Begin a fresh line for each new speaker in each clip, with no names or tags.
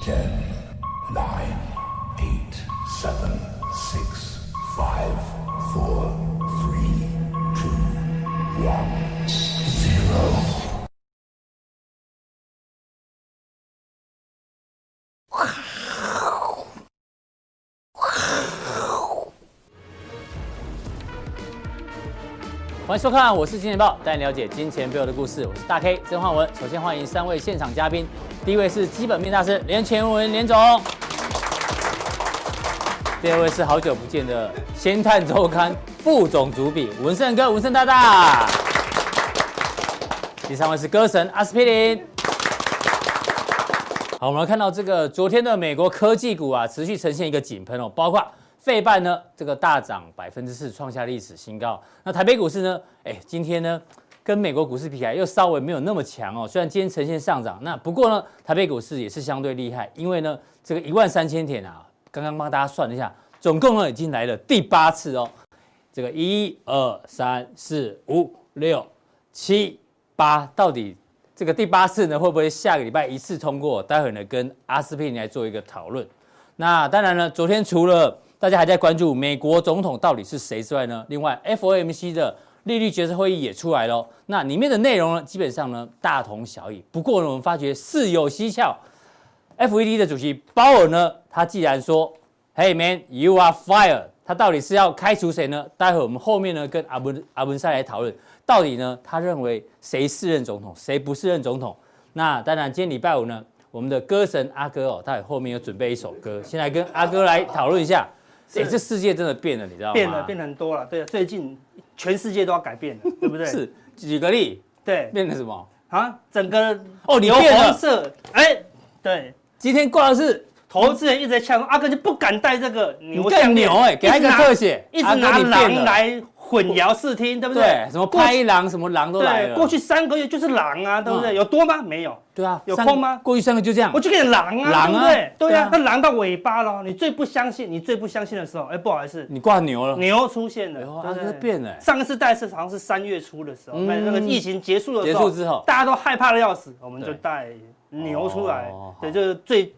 Ten, nine, eight, seven, six, five, four, three, two, one, zero.
欢迎收看，我是金钱豹，带你了解金钱背后的故事。我是大 K 曾焕文。首先欢迎三位现场嘉宾，第一位是基本面大师连前文连总，第二位是好久不见的《先探周刊》副总主笔文胜哥文胜大大，第三位是歌神阿司匹林。好，我们来看到这个昨天的美国科技股啊，持续呈现一个井喷哦，包括费半呢这个大涨百分之四，创下历史新高。那台北股市呢，哎，今天呢跟美国股市比起来又稍微没有那么强哦，虽然今天呈现上涨，那不过呢台北股市也是相对厉害，因为呢这个一万三千点啊，刚刚帮大家算了一下，总共呢已经来了第八次哦，这个一二三四五六七八，到底这个第八次呢，会不会下个礼拜一次通过？待会呢，跟阿司匹林来做一个讨论。那当然呢，昨天除了大家还在关注美国总统到底是谁之外呢，另外 FOMC 的利率决策会议也出来喽。那里面的内容呢，基本上呢大同小异。不过呢，我们发觉事有蹊跷。FED E 的主席鲍尔呢，他既然说 “Hey man, you are fired”，他到底是要开除谁呢？待会我们后面呢跟阿文阿文赛来讨论，到底呢他认为谁是任总统，谁不是任总统？那当然，今天礼拜五呢，我们的歌神阿哥哦，他也后面有准备一首歌，先来跟阿哥来讨论一下。哎、这世界真的变了，你知道吗？
变了，变了很多了。对，最近全世界都要改变 了，对不对？，
是，举个例，
对
变了什么？
啊，整个
哦你
流
变了
黄色，哎，对，
今天挂的是
投资人一直在呛说，阿哥就不敢戴这个
你
牛项
更
链
牛哎、给他一个
直拿
特写，
一
阿
直
哥
拿
你变
狼
了，
来混淆视听，对不对
对？，什么
过去
拍狼什么狼都来
对，
了。
过去三个月就是狼啊，对不对？
嗯
有多吗？没有，
对啊，
有
上
空吗
过去三个就这样
我，就给你狼啊，
狼啊
对不对？对
对
啊
啊，
那狼到尾巴了，你最不相信，你最不相信的时候，哎，不好意思，
你挂牛了，
牛出现了
哎呦，
对不对
阿哥变了欸
上一次戴是好像是三月初的时候，
嗯
那那个疫情结束的时
结
候，
束之后
大家都害怕的要死，我们
对
就带牛出来
哦，
对，
好
就是最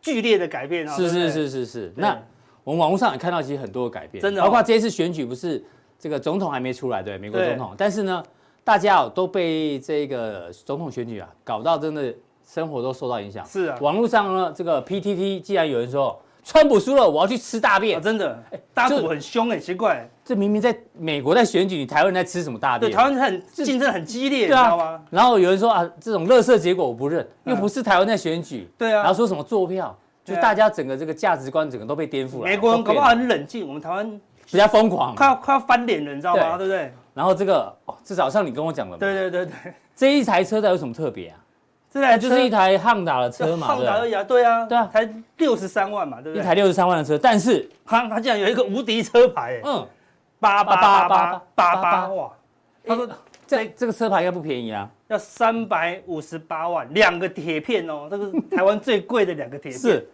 剧烈的改变啊。
是
对不对
是，是是是。
对
那我们网络上也看到，其实很多的改变，
真的哦
包括这一次选举不是这个总统还没出来，对，美国
对
总统，但是呢，大家哦都被这个总统选举啊搞到真的生活都受到影响。
是啊
网络上呢，这个 PTT 既然有人说川普输了，我要去吃大
啊
便，
真的，
哎
大家
就
赌很凶，很奇怪。
这明明在美国在选举，你台湾人在吃什么大
对，
便？
台湾很竞争很激烈，你
哎对
知
啊
道吗？，
然后有人说啊，这种垃圾结果我不认，
嗯
又不是台湾在选举。
对啊
然后说什么坐票，就
对啊
大家整个这个价值观整个都被颠覆了。
美国人
啊都
搞不
变
好
了
很冷静，我们台湾
比较疯狂。
快要快要翻脸了，你知道吗？
对
对不对？
然后这个哦，这早上你跟我讲了嘛，
对对对对，
这一台车它有什么特别啊？
这
它
台
就是一台汉达的车嘛，
放打而
对
已啊，对啊，
对啊
才六十三万嘛，对
不
不
对，一
对？
台六十三万的车，但是
他他竟然有一个无敌车牌，哎，
嗯，
八八八八
八
八
八
八哇！他说
这这个车牌应该不便宜啊，
要三百五十八万，两个铁片哦，这个是台湾最贵的两个铁片，
是，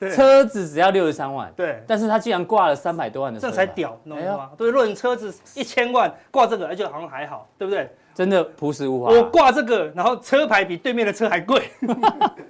对
车子只要六十三万，
对，
但是它竟然挂了三百多万的车
这
牌，
才屌，你懂
哎呦
吗？对，如果你车子一千万挂这个，而且好像还好，对不对？
真的朴实无华。啊
我挂这个，然后车牌比对面的车还贵，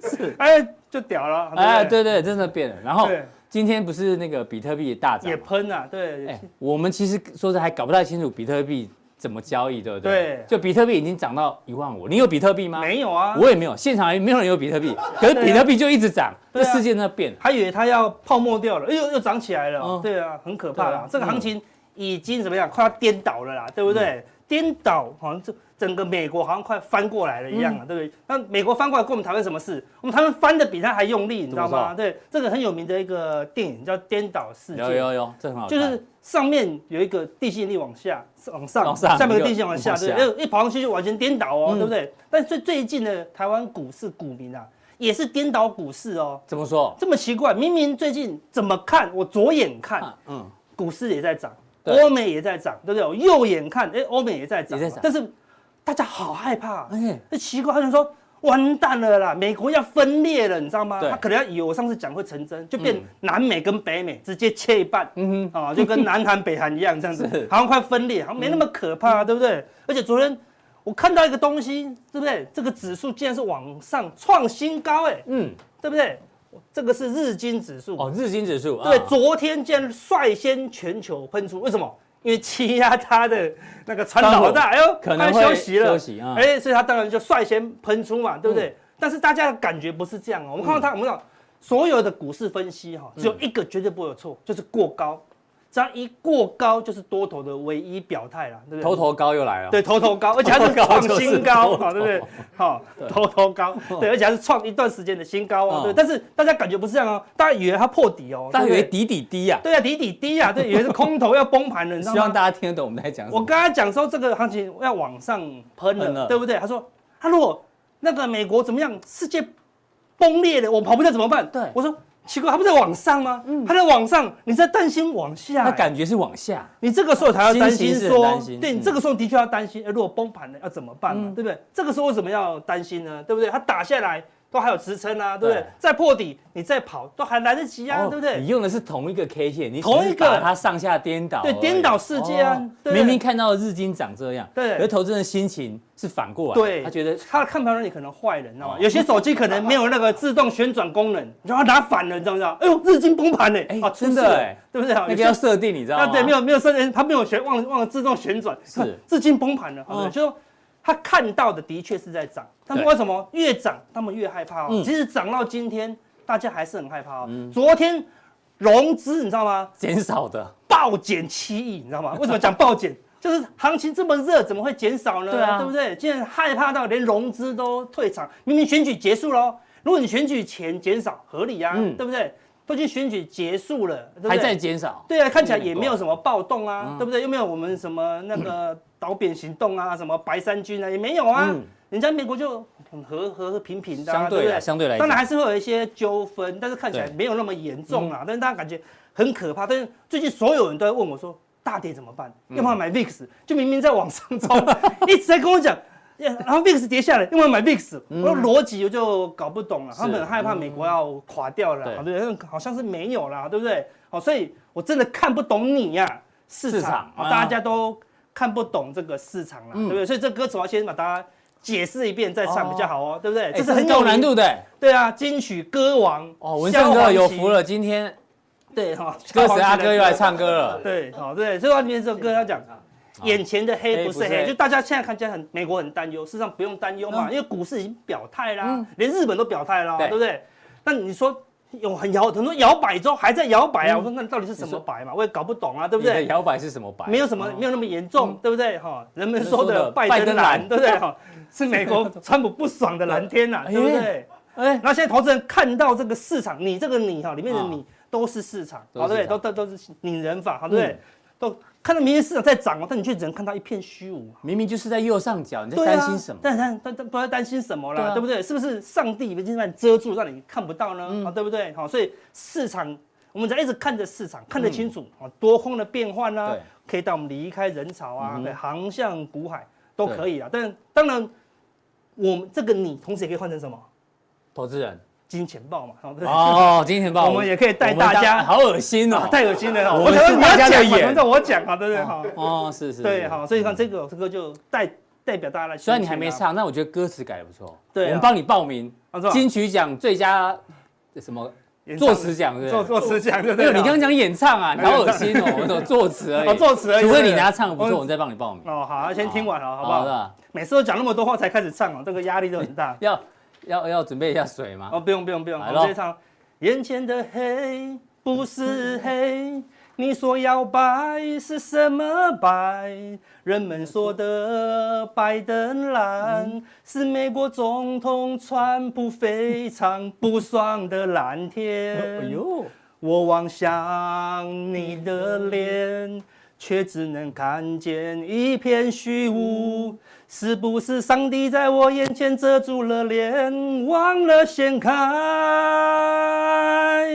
是，哎，就屌了，
哎，
哎，
对对，真的变了。然后
对
今天不是那个比特币大涨
也
嘛，
喷啊，对
哎，，我们其实说是还搞不太清楚比特币怎么交易，对不对？
对
就比特币已经涨到一万五，你有比特币吗？
没有啊，
我也没有，现场也 没有人有比特币，可是比特币就一直涨，
对
这
啊
世界真的变了。
还以为它要泡沫掉了，哎呦，又涨起来了。
嗯
对啊，很可怕
对
啦、
啊
这个行情已经怎么样，快要颠倒了啦，对不对？
嗯
颠倒，好像这整个美国好像快翻过来了一
嗯
样啊，对不对？那美国翻过来关我们台湾什么事？我们台湾翻的比它还用力，你知道
怎么说
吗？对，这个很有名的一个电影叫《颠倒世界》。
有有有，这很好看，
就是上面有一个地心引力往下，往
往
上，
上
下面有个地心引力往
往
下，
下
对，哎一跑上去就完全颠倒哦，
嗯
对不对？但最最近的台湾股市股民啊，也是颠倒股市哦，
怎么说？
这么奇怪，明明最近怎么看，我左眼看、
啊嗯，
股市也在涨，
对
欧美也在涨，对不对？我右眼看，哎，欧美也在涨
也在涨，
但是大家好害怕，啊
哎，
这奇怪，他就说完蛋了啦，美国要分裂了，你知道吗？
对
他可能要以为我上次讲会成真，就
嗯
变南美跟北美直接切一半，
嗯
啊，就跟南韩、北韩一样这 样
是嗯
子，好像快分裂，好像没那么可怕，啊对不对？而且昨天我看到一个东西，对不对？这个指数竟然是往上创新高，哎。
嗯，
对不对？这个是日经指数
哦，日经指数
对
啊，，
昨天竟然率先全球喷出，为什么？因为欺压他的那个川老大，哎呦，
可能
他
会
休息了，
休息啊
哎，所以他当然就率先喷出嘛，对不对？但是大家的感觉不是这样哦，我们看到他，我们看到所有的股市分析哈、只有一个绝对不会有错，就是过高，只要一过高就是多头的唯一表态啦，对不对？
头头高又来了，
对，头头高，而且它是
头头高
创
就是
新高，
头头
好，对不对？好，头头高，对，而且还是创一段时间的新高哦，
嗯
对。但是大家感觉不是这样哦，大家以为它破底哦，
大家以为
对不对
底底低呀，
对啊，底底低啊，对，以为是空头要崩盘了，你知道
希望
吗？
大家听得懂我们在讲什
我
么。
跟他讲说这个行情要往上喷
喷了
了，对不对？他说，他如果那个美国怎么样，世界崩裂了，我跑不掉怎么办？
对嗯
我说奇怪，他不在往上吗？他在往上，你在担心往下
那
欸，
感觉是往下，
你这个时候才要担
心
心
情是很
说，
担心
对你
嗯
这个时候的确要担心，哎，如果崩盘了要怎么办嘛，对不对？这个时候为什么要担心呢？对不对？它打下来都还有支撑啊，对不对
对？
再破底你再跑都还来得及啊，
哦
对不对
你？用的是同一个 K 线，你
同
只是
一个
把它上下颠倒而已，
对颠倒世界啊
哦
对
明明看到日经长这样，
对
而投资人的心情是反过来，
对，
他觉得
他看盘能力可能坏人，你知
哦
道吗？有些手机可能没有那个自动旋转功能，你就要拿反了，你知道不知道？哎呦，日经崩盘呢，
哎
啊，出
真的
事了
哎
对不对？
那
有
个
些
要设定，你知道吗？
啊，对，没有没有设定，他没有旋，忘了忘了自动旋转，
是
至今崩盘了，好
嗯
的，就说他看到的的确是在涨，但是
对
为什么越涨他们越害怕
嗯
哦？其实涨到今天，大家还是很害怕哦。昨天融资你知道吗？
减少的，
暴减七亿，你知道吗？ 为什么讲暴减？就是行情这么热，怎么会减少呢？
对啊
不对？竟然害怕到连融资都退场，明明选举结束喽。如果你选举前减少，合理啊，
嗯
对不对？都已经选举结束了，对不对
还在哦减少，
对啊，看起来也没有什么暴动啊，
嗯
对不对？又没有我们什么那个 倒扁行动啊，什么白山军啊，也没有啊
嗯。
人家美国就很和和和平平的啊，
相对
对不
啦
对？
相对来讲
当然还是会有一些纠纷，但是看起来
对
没有那么严重
嗯
啊。但是大家感觉很可怕。但是最近所有人都在问
嗯
我说，大跌怎么办？要不要买 VIX？就明明在往上 冲，一直在跟我讲。呀然后 VIX 跌下来，要不要买 VIX？我
嗯
的逻辑我就搞不懂了。他们很害怕美国要垮掉了啦
对，
好对，好像是没有啦，对不对？好，所以我真的看不懂你呀、市
市场
场，
啊嗯
啊、大家都看不懂这个市场啦，对不对？所以这歌词我要先把大家解释一遍再唱比较好哦，对不对？
哎这是很有
名
难度。的欸。
对啊，金曲歌王
哦，文胜
萧
哥
煌
有
奇
福，了，今天
对哈，
歌神
萧煌奇
阿哥又来
歌
唱歌了。
对，好对，所以它里面这首歌他讲，眼前的黑
黑不
不是
是
黑，
黑
就大家现在看起来很美国很担忧，事实上不用担忧嘛，
嗯
因为股市已经表态啦，连日本都表态啦，
对
对不对？那你说有很摇很多摇摆州还在摇摆啊，我说那到底是什
你说
么摆嘛？我也搞不懂啊，对
嗯你
不
的
对？
摇摆是什么摆？哦嗯
没有什么，没有那么严重，对不对？哈，人们
人们说
说
的
的
拜
拜
登
登
蓝
蓝，对不对？哈，是美国川普不爽的蓝天呐，
哎
对不对？
哎，
那现在投资人看到这个市场，你这个你哈里面的你都是市场，
啊都
好
是
对
市
不
场嗯
对？都都都是拟人法，好对不对？都看到明天市场在涨哦，但你却只能看到一片虚无。
明明就是在右上角，你在
对啊
担心什么？
但但但但不要担心什么
对啊
啦，对不对？是不是上帝已经把你遮住，让你看不到
嗯
呢？啊，对不对？好，所以市场我们只要一直看着市场，看得清楚啊，多空的变换啊
嗯对，嗯
可以带我们离开人潮啊，对航向股海都
对
可以啊。但当然，我们这个你同时也可以换成什么？
投资人
金钱豹嘛，好对不对？
哦，金钱豹，
我们也可以带
我们
大家
当好恶心
啊
哦，，
太恶心了！
我
我
们
想
是
说你
大
要
家的
讲嘛，
眼
反正我讲啊，对不对？哈，
哦，是是，
对，
是
好，所以看这个这个就代代表大家来宣传啊。
虽然你还没唱，但我觉得歌词改的不错。
对啊
我们帮你报名
啊是吧
金曲奖最佳呃什么
演唱
作词奖，对不
作
对？
作词讲，对不
没
对？
有，你刚刚讲演唱啊，你好恶心哦，
演
我懂作词而
哦
已，
作词而已
除非
对
你
不对
拿唱得不错，
我
我们再帮你报名，
哦，好，先听完了，好不
是
好？
吧？
每次都讲那么多话才开始唱哦，这个压力都很大。
要要要准备一下水吗？
哦，不用不用不用，
来
我
咯
们直接唱。眼前的黑不是黑，你说摇摆是什么摆？人们说的拜登蓝，是美国总统川普非常不爽的蓝天。
哎呦，
我望向你的脸，却只能看见一片虚无。是不是上帝在我眼前遮住了脸，忘了掀开？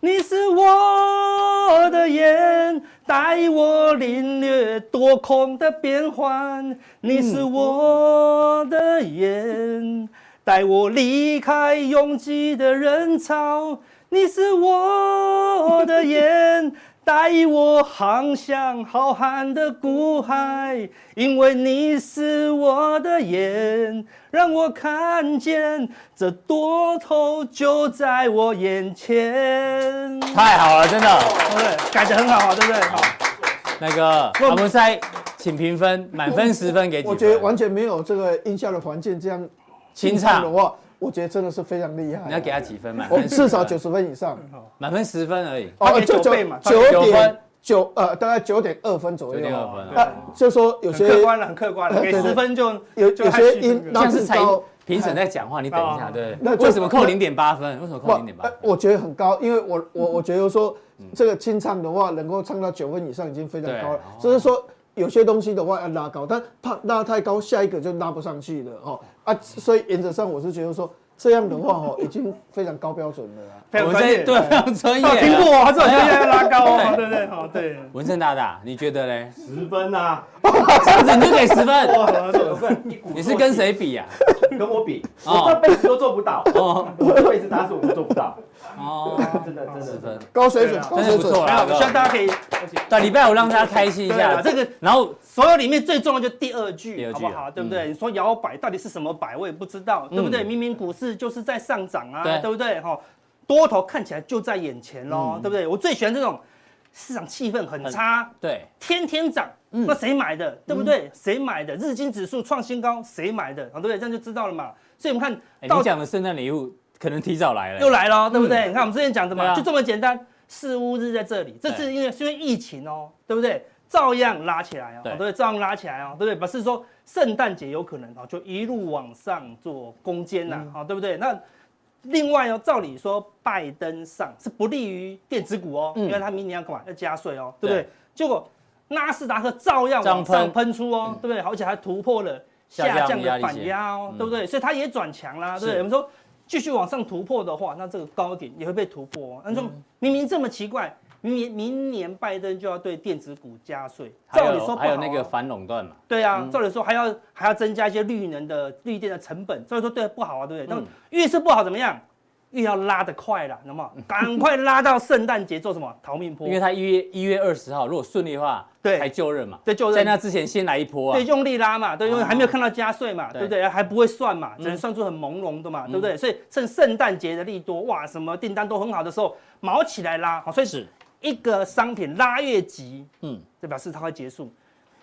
你是我的眼，带我领略多空的变幻。你是我的眼，带我离开 拥挤的人潮。你是我的眼，带我航向浩瀚的古海，因为你是我的眼，让我看见这多头就在我眼前。
太好了，真的。
对不对？改的很好啊，对不对？好，
那个，
我
我们再请评分，满分十分给几分？
我觉得完全没有这个音效的环境，这样
清
唱的
唱，
话，我觉得真的是非常厉害。啊
你要给他几分？满
哦
我
分
至少
10分
九，十分以上。哦
满分十分而已。
嗯大概
就
九倍嘛
九
大概九
点
分
九呃，大概九点二分左右。
9.2分啊
那就说有
很
些
客观了，很客观了，给
呃对对
十分就
有
就
有
还
些
行
音，
这
那
样是
更
才
高。
评审在讲话，你等一下，
哦
对
那
不
就
对？为什么扣
那
零点八分？为什么扣零点八嗯
呃
分？
我觉得很高，因为我我我觉得说这个清唱的话，能够唱到九分以上已经非常高了
对哦。
只是说有些东西的话要啊拉高，但怕拉太高，下一个就拉不上去了哦啊，所以原则上我是觉得说这样的话哦，已经非常高标准了啊啦。
非
我
常
们这
专业。
对非常专
哦，
业。
听过啊，这种专业要拉高哦，
对
对不对？好，对。
文正大大，你觉得嘞？
十分啊！
这样子你就给十分，
哇，这个份一鼓
你
作气
是跟谁比呀？
跟我比？
哦
我这辈子都做不到，
哦
我这辈子打死我都做不到，
哦，
真的真
十
的
分。
高水
对
准
啊，
高水
真的不
准
错。啦
没有希望大家可以，
对，礼拜五让大家开心一
对
下。
啊这个
然后
所有里面最重要就第二
第
句，
二句嗯
好不好？对不对？你说摇摆到底是什么摆，我也不知道，对不对？明明股市就是在上涨啊
对，
对不对？哈，多头看起来就在眼前
嗯
喽，对不对？我最喜欢这种市场气氛很差，
对，
天天涨，
嗯
那谁买的？对不对？谁买的？日经指数创新高，谁买的？啊，对不对？这样就知道了嘛。所以我们
哎
看
你
到
讲的圣诞礼物可能提早来了。
又来了哦，对不对？你看我们之前讲的
对
嘛，
啊
就这么简单，四乌日在这里，这次因为是因为疫情哦，对不对？照样拉起来哦，
对
对不对？照样拉起来哦，对不对？不是说圣诞节有可能哦，就一路往上做攻坚呐，
嗯
哦好，对不对？那另外哦，照理说拜登上是不利于电子股哦，因为他明年要干嘛？要加税哦，对不
嗯
对
对？
结果纳斯达克照样往
这样
上
喷嗯
喷出哦，对不对？而且还突破了
下
下
降
降
压
的
力
反
线嗯
压哦，对不对？所以它也转强啦，对不
是
对？我们说继续往上突破的话，那这个高点也会被突破、哦。
嗯
那就明明这么奇怪，明年明年拜登就要对电子股加税，
还
照理说
有
不好、
还
啊、
有那个嗯反垄断嘛，
对啊，照理说还要还要增加一些绿能的绿电的成本，照理说对不好啊，对
嗯
不对？那、越是不好怎么样？越要拉得快啦，那么赶快拉到圣诞节做什么？逃命坡
嗯因，为他一月一月二十号如果顺利的话，
对
才就任嘛。
对就任
在那之前先来一波啊
对，。用力拉嘛，对，因为还没有看到加税嘛，
对嗯
对不对？还不会算嘛，只能算出很朦胧的嘛，对不对？所以趁圣诞节的利多，哇，什么订单都很好的时候，毛起来拉，好，所以
是
一个商品拉越急，
嗯
嗯，就表示它会结束。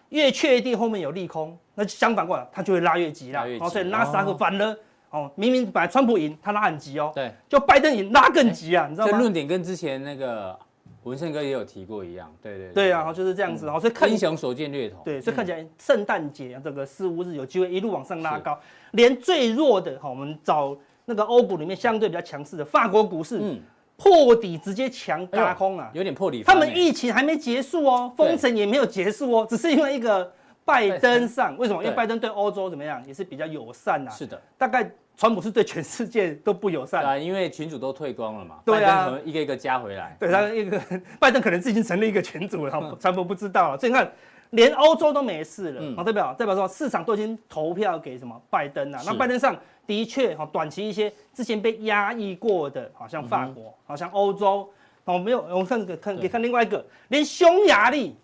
越确定后面有利空，那就相反过来，它就会拉越急
拉
啦哦
越。急
好，所以纳斯达克反了，哦，明明本来川普赢，他拉很急哦，
对，
就拜登赢拉更急啊，你知道
这
吗
论？点跟之前那个文胜哥也有提过一样。对对
对啊，好，就是这样子，好，所以看
英雄所见略同。
对，所以看起
嗯
来圣诞节这个四五日有机会一路往上拉高，连最弱的哦哈，我们找那个欧股里面相对比较强势的法国股市，
嗯
破底直接强
哎呦
嘎空啊！
有点破理。
他们疫情还没结束哦，
对
封城也没有结束哦，只是因为一个拜登上，为什么？因
对
为拜登对欧洲怎么样也是比较友善呐、啊
是的，
大概川普是对全世界都不友
对
善。
啊，因为群主都退光了嘛，
对啊
拜登可能一个一个加回来。
对他一个拜登可能是已经成立一个群组了，哈川普不知道了。所以你看，连欧洲都没事了，
嗯
好、代表代表说市场都已经投票给什么拜登了、
是
那拜登上的确哈，短期一些之前被压抑过的，好
嗯
像法国，好像欧洲，哦没有，我们看这个看可以看另外一个，连匈牙利。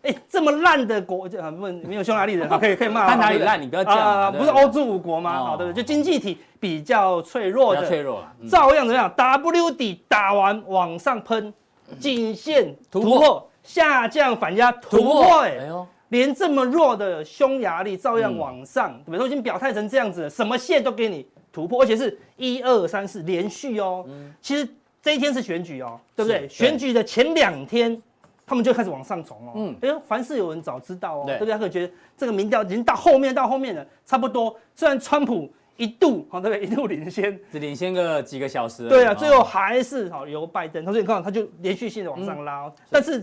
哎，这么烂的国家，啊没有没有匈牙利人，好可以可 以骂啊。
他哪里
对对
烂你不要这样嘛
啊
对
不是欧洲五国
哦
吗？好，对不对？就经济体比较脆弱
比
的
较，脆弱了。嗯
照样怎么样？W 底打完往上喷，颈线
突
突
破
破，下降反压突破，哎，
呦，
连这么弱的匈牙利照样往上，对不对？都已经表态成这样子了，什么线都给你突破，而且是一二三四连续哦。其实这一天是选举哦，对不
是
对？选举的前两天。他们就开始往上冲哦，
嗯
嗯，哎呦，凡事有人早知道哦，
对
对不对？他可能觉得这个民调已经到后面，到后面了，差不多。虽然川普一度，好、对不对？一度领先，
只领先个几个小时而已。
对啊，
哦
最后还是好由拜登，他说你看他就连续性的往上
嗯
拉、哦，但是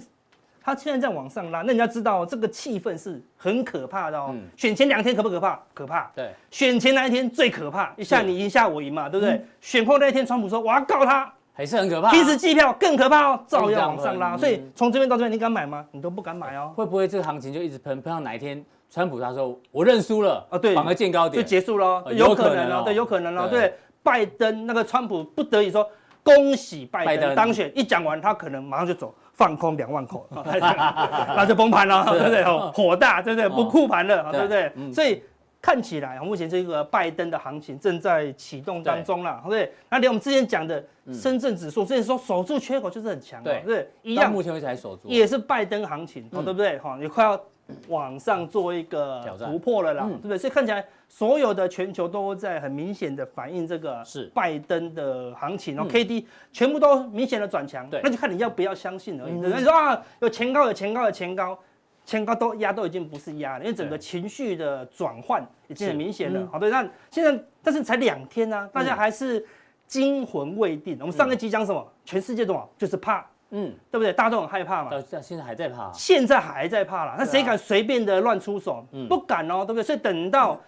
他现在在往上拉，那你要知道、哦、这个气氛是很可怕的哦。
嗯
选前两天可不可怕？可怕。
对
选前那一天最可怕，一下
是嗯
你赢一下我赢嘛，对不对？选后那一天，川普说我要告他，
还是很可怕啊。
提示计票更可怕哦，照样往上
嗯
拉。所以从这边到这边，你敢买吗？你都不敢买哦，
会不会这个行情就一直喷，喷到哪一天川普他说我认输了
啊对
反而见高
就
点，
结束喽
哦，有
有
可
可能
能哦
哦，对，有可能哦，
对
对。拜登那个川普不得已说恭喜拜
拜登
登当选，一讲完他可能马上就走，放空两万口，啊 那就崩盘了，对不对？哦火大，对不对？不护盘了，
对
对嗯不对？所以看起来哦目前这个拜登的行情正在启动当中啦，对不对？那连我们之前讲的深圳指数，之前说守住缺口就是很强，
对
对不对？一
到
样
目前为止还守住，啊
也是拜登行情，哦
嗯
对不对？哈，也快要往上做一个
挑战
突破了啦，
嗯
对不对？所以看起来所有的全球都在很明显的反映这个
是
拜登的行情哦
嗯
，K D 全部都明显的转强
对，嗯
那就看你要不要相信而已。有人说啊，有前高，有前高，有前高。前高都压都已经不是压了，因为整个
对
情绪的转换已经很
是
明显了
嗯。
好的，那现在但是才两天呢、大家
嗯
还是惊魂未定。我们上一集讲什么？全世界都好，就是怕，
嗯，
对不对？大家都很害怕嘛。
到到现在还在怕，啊
现在还在怕啦，那谁敢随便的乱出手？
嗯
不敢哦，对不对？所以等到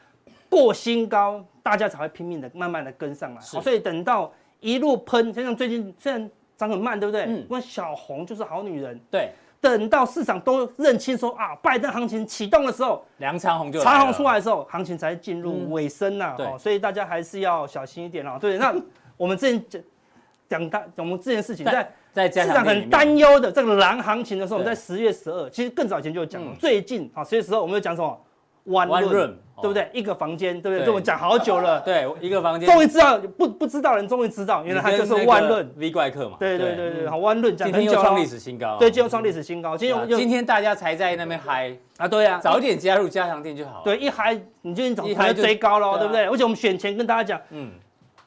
过新高，大家才会拼命的、慢慢的跟上来。
是
好所以等到一路喷，就像最近虽然涨很慢，对不对？
嗯
不过小红就是好女人。
对，
等到市场都认清说啊，拜登行情启动的时候，
梁长虹就
长虹
了嗯
出，来的时候，行情才进入尾声呐、
对
哦，所以大家还是要小心一点啦。对，那我们之前讲讲大，我们这件事情在
再加
市
上
场很担忧的这个狼行情的时候，我们
对
在十月十二，其实更早以前就有讲了
嗯。
最近啊，十月十二我们有讲什么？One
One room，
room，对不对？一个房间，对不
哦对
对？这我们讲好久了，
对一个房间，
终于知道不不知道的人终于知道，原来它就是 One room。
V 怪客嘛，嗯
对对对对，好，One room
今
讲
天
很
又
久了
创
哦
历，史新高，啊
对，就要创历史新高。今
对啊
天又
今天大家才在那边嗨，
啊，对啊，
早一点加入加强店就好，，
对一嗨，你就早
一
可
嗨
能
就
追高喽，
对啊
对不对？而且我们选前跟大家讲，
嗯，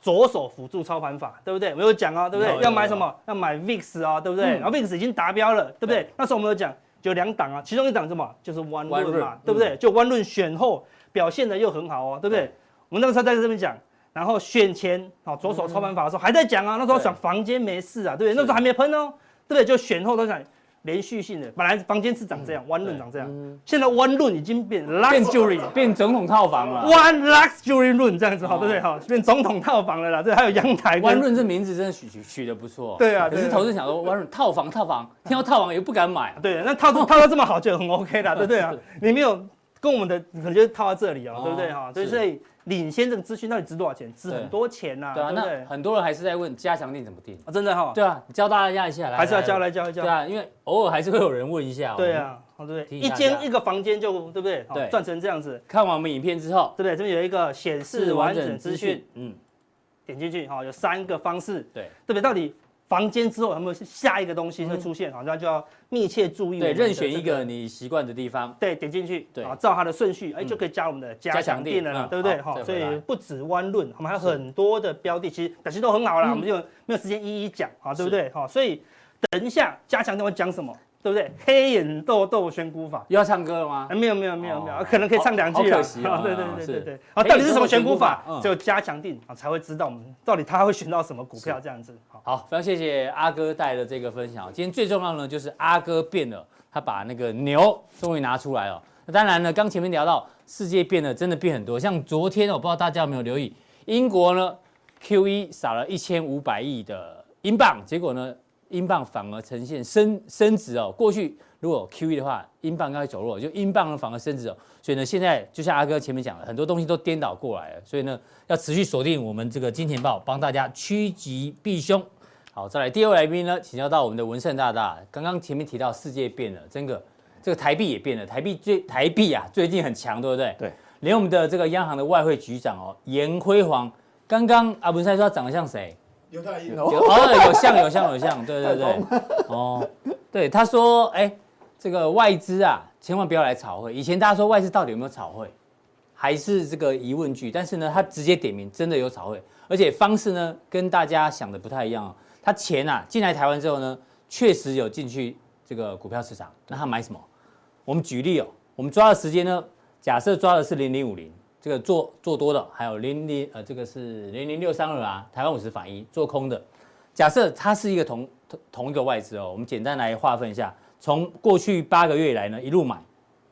左手辅助操盘法，对不对？我有讲哦，对不
有有
对？要买什么？要买 VIX 啊，对不对？
嗯
然后 VIX 已经达标了，对不
对
对？那时候我们有讲，有两档啊，其中一档是什么？就是 One
One
Run
Run，
嘛，对不对？就 One Run 选后表现的又很好哦，对不对
嗯对？
我们那个时候在这边讲，然后选前好左手操盘法的时候还在讲啊，那时候
嗯对
想房间没事啊，对不对？那时候还没喷哦，对不对？就选后都讲连续性的，本来房间是长这样，One Run 长这样，现在 One Run 已经变
嗯变
Luxury
变总统套房了。
One luxury room 这样子，好
哦
对不对？好，变总统套房了啦，这还有阳台
弯
跟。
润这名字真的取取取的不错，
对啊
可
对啊
是投资人想说弯润套房套 房，听到套房也不敢买，
对，那
哦
套套到这么好就很 OK 啦，对不对啊？你没有跟我们的，可能就是套到这里哦
哦，
对不对哈？所以
是
所以领先这个资讯到底值多少钱？值
对
很多钱呐，
对
对
啊，
不对
那？很多人还是在问加强定怎么定，
啊，真的哈，
对啊，你教大家一下，来
还是要教
来，
来教一教
对。啊，因为偶尔还是会有人问一下，哦
对，啊，好对不对？
提
一
醒大家
间一个房间就对不对？好
对
赚成这样子，
看完我们影片之后
对不对？这边有一个显示
是
完
完
整
整
资
资
讯
讯，，嗯，
点进去哈，有三个方式。
对嗯
对不对？到底房间之后有没有下一个东西会出现？好，那就要密切注意。
对，任选一，个你习惯的地方，
对，点进去，
对
啊，照它的顺序，哎，
嗯
就可以加我们的加
加
强
强
店
店
了
嗯
啦，对不对？
好
哈，所
再回
以
来
不止弯论，我们还有很多的标的，其实表现都很好啦，
嗯
我们就没有时间一一讲，好，对不对？好，所以等一下加强店会讲什么，对不对？黑眼豆豆选股法。
又要唱歌了吗
啊，？没有没有没有没有
哦，
可能可以唱两句
好
啦
可惜哦
对对
啊
对
是
对对。啊，到底是什么选股法
嗯？
只有加强定啊才会知道我们到底他会选到什么股票这样子。好。
好，非常谢谢阿哥带的这个分享。今天最重要的呢，就是阿哥变了，他把那个牛终于拿出来了。那当然呢，刚前面聊到世界变了，真的变很多。像昨天哦我不知道大家有没有留意，英国呢 Q 1撒了一千五百亿的英镑，结果呢英镑反而呈现升升值哦。过去如果 Q E 的话，英镑刚才走弱，就英镑呢反而升值哦。所以呢，现在就像阿哥前面讲的，很多东西都颠倒过来了。所以呢，要持续锁定我们这个金钱豹，帮大家趋吉避凶。好，再来第二位来宾呢，请教到我们的文胜大大。刚刚前面提到世界变了，真的这个台币也变了，台币最台币啊最近很强，对不对？
对，
连我们的这个央行的外汇局长哦，严辉煌，刚刚阿文山说他长得像谁？
刘大一
有哦，有像有像有像，对对对，哦，对，他说，哎，这个外资啊，千万不要来炒汇。以前大家说外资到底有没有炒汇，还是这个疑问句，但是呢，他直接点名，真的有炒汇，而且方式呢跟大家想的不太一样、哦。他钱啊进来台湾之后呢，确实有进去这个股票市场，那他买什么？我们举例哦，我们抓的时间呢，假设抓的是零零五零，这个做做多的，还有零零呃，这个是零零六三二啊，台湾五十反一做空的。假设它是一个同同同一个外资哦，我们简单来划分一下，从过去八个月以来呢，一路买，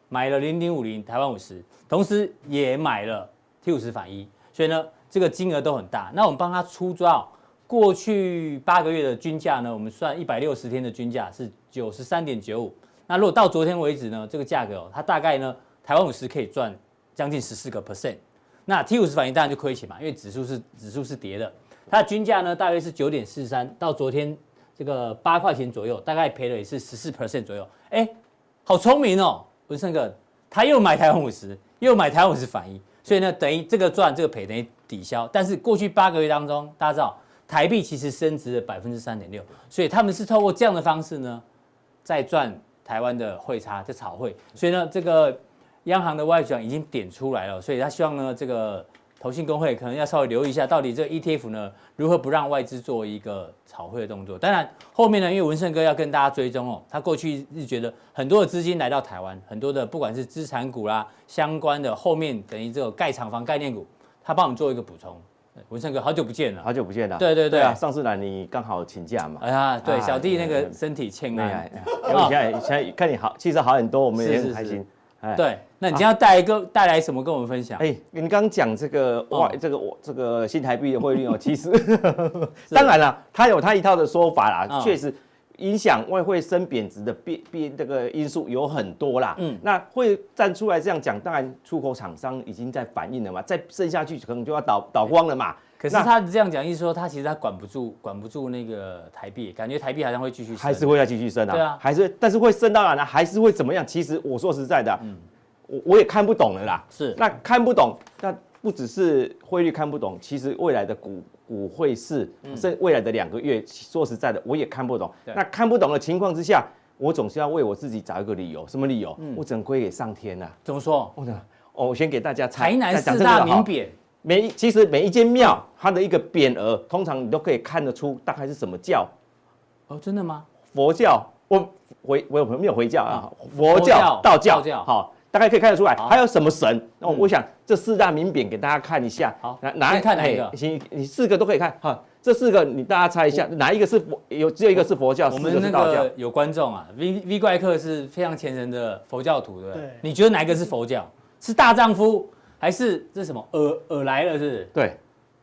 买了零零五零台湾五十，同时也买了 T 五十反一，所以呢，这个金额都很大。那我们帮他出抓哦过去八个月的均价呢，我们算一百六十天的均价是九十三点九五。那如果到昨天为止呢，这个价格、哦、它大概呢，台湾五十可以赚将近十四个 percent。那 T 五十反应当然就亏钱嘛，因为指数是指数是跌的，它的均价呢大约是九点四三，到昨天这个八块钱左右，大概赔了也是十四 percent 左右。哎，好聪明哦，文胜哥，他又买台湾五十，又买台湾五十反一，所以呢，等于这个赚这个赔等于抵消。但是过去八个月当中，大家知道台币其实升值了百分之三点六，所以他们是透过这样的方式呢，在赚台湾的汇差，在炒汇。所以呢，这个央行的外转已经点出来了，所以他希望呢，这个投信工会可能要稍微留意一下，到底这个 ETF 呢如何不让外资做一个炒汇的动作。当然，后面呢，因为文胜哥要跟大家追踪哦，他过去是觉得很多的资金来到台湾，很多的不管是资产股啦相关的，后面等于这个盖厂房概念股，他帮我们做一个补充。文胜哥，好久不见了。
好久不见了。
对对对
啊，上次来你刚好请假嘛。
哎呀，对，
啊
小弟那个
嗯
身体啊欠
那
安
哎，。哎我现在现在看你好，气色好很多，我们也
是是
很开心。哎，
对，那你今天要带一个带来什么跟我们分享？
哎，您刚讲这个哇，
哦
这个我这个新台币的汇 率哦，其实当然了，他有他一套的说法
嗯
啦，确实。影响外汇升贬值的变变这个因素有很多啦，
嗯
嗯，那会站出来这样讲，当然出口厂商已经在反应了嘛，再剩下去可能就要倒倒光了嘛。
可是
那
他这样讲，意思说他其实他管不住，管不住那个台币，感觉台币好像会继续升
还是会再继续升啊，
对啊
还是但是会升到哪呢？还是会怎么样？其实我说实在的啊，我我也看不懂了啦。
嗯是
那看不懂，那不只是汇率看不懂，其实未来的股股汇市，这、未来的两个月，说实在的，我也看不懂。
嗯对
那看不懂的情况之下，我总是要为我自己找一个理由，什么理由？
嗯
我只能归给上天啊。
怎么说？
我呢，哦，我先给大家猜，
台南
再讲
四
这个
大
好
名匾，
每一其实每一间庙它的一个匾额，通常你都可以看得出大概是什么教。
哦，真的吗？
佛教，我回我有没有回教啊？佛
嗯佛教
教、道
道
教
教，
好，大概可以看得出来
好，嗯
还有什么神？那我想这四大名匾给大家看一下，
好
哪哪
先看哪一个
哎行，你四个都可以看哈。这四个你大家猜一下，哪一个是佛？有只有一个是佛教，
我
哦四
们
个
那
是道教
个。有观众啊，V V 怪客是非常虔诚的佛教徒，对不对
对？
你觉得哪一个是佛教？是大丈夫还是这是什么尔尔来了？是不是
对，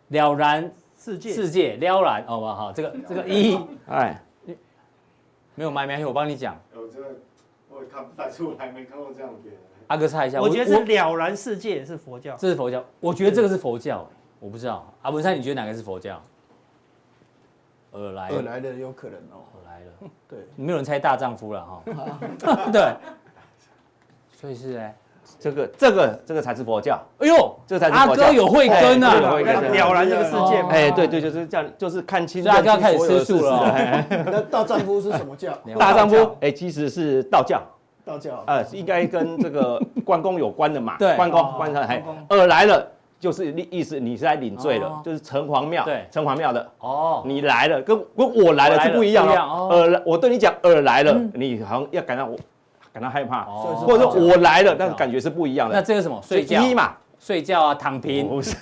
了然
世界
世界了然，好不好？这个 这个一
哎，
没有麦，没关系，我帮你讲。
我真的我也看不太出来，没看过这样别人。
阿哥猜一下，
我觉得是了然世界也是佛教，
这是佛教，我觉得这个是佛教，欸我不知道。阿文山，你觉得哪个是佛教？尔来
尔
尔
来的有可能哦。
来了，
嗯
对，
没有人猜大丈夫了哈。
啊
对，所以是哎，
这个这个这个才是佛教，
哎呦，
这才是
阿
佛教
哥有慧根
哎对有
啊，
慧
那
根
了然这个世界嘛，
哎，对对，就是这样，就是看清。
哦啊所以阿哥要
认清
开始
所有的
吃素
事实
了哦
哎
那大丈夫是什 么教？
了
大丈
道教
夫，哎，其实是道教。
道教。
呃，是应该跟这个关公有关的嘛？
对
关公
哦，
关公，哎
关公，
二来了就是意意思你是来领罪
哦
了，就是城隍庙，
对
城隍庙的，
哦，
你来了，跟跟我来
我来
了
了
是不一样
不一样哦嗯
哦。尔来，我对你讲，尔来了，你好像要感到我感到害怕，
哦
或者说我来了，但
道
是感觉是不一样
那
的。
这个什么
所以
睡觉
一嘛，哦
睡觉啊，躺平，
不是，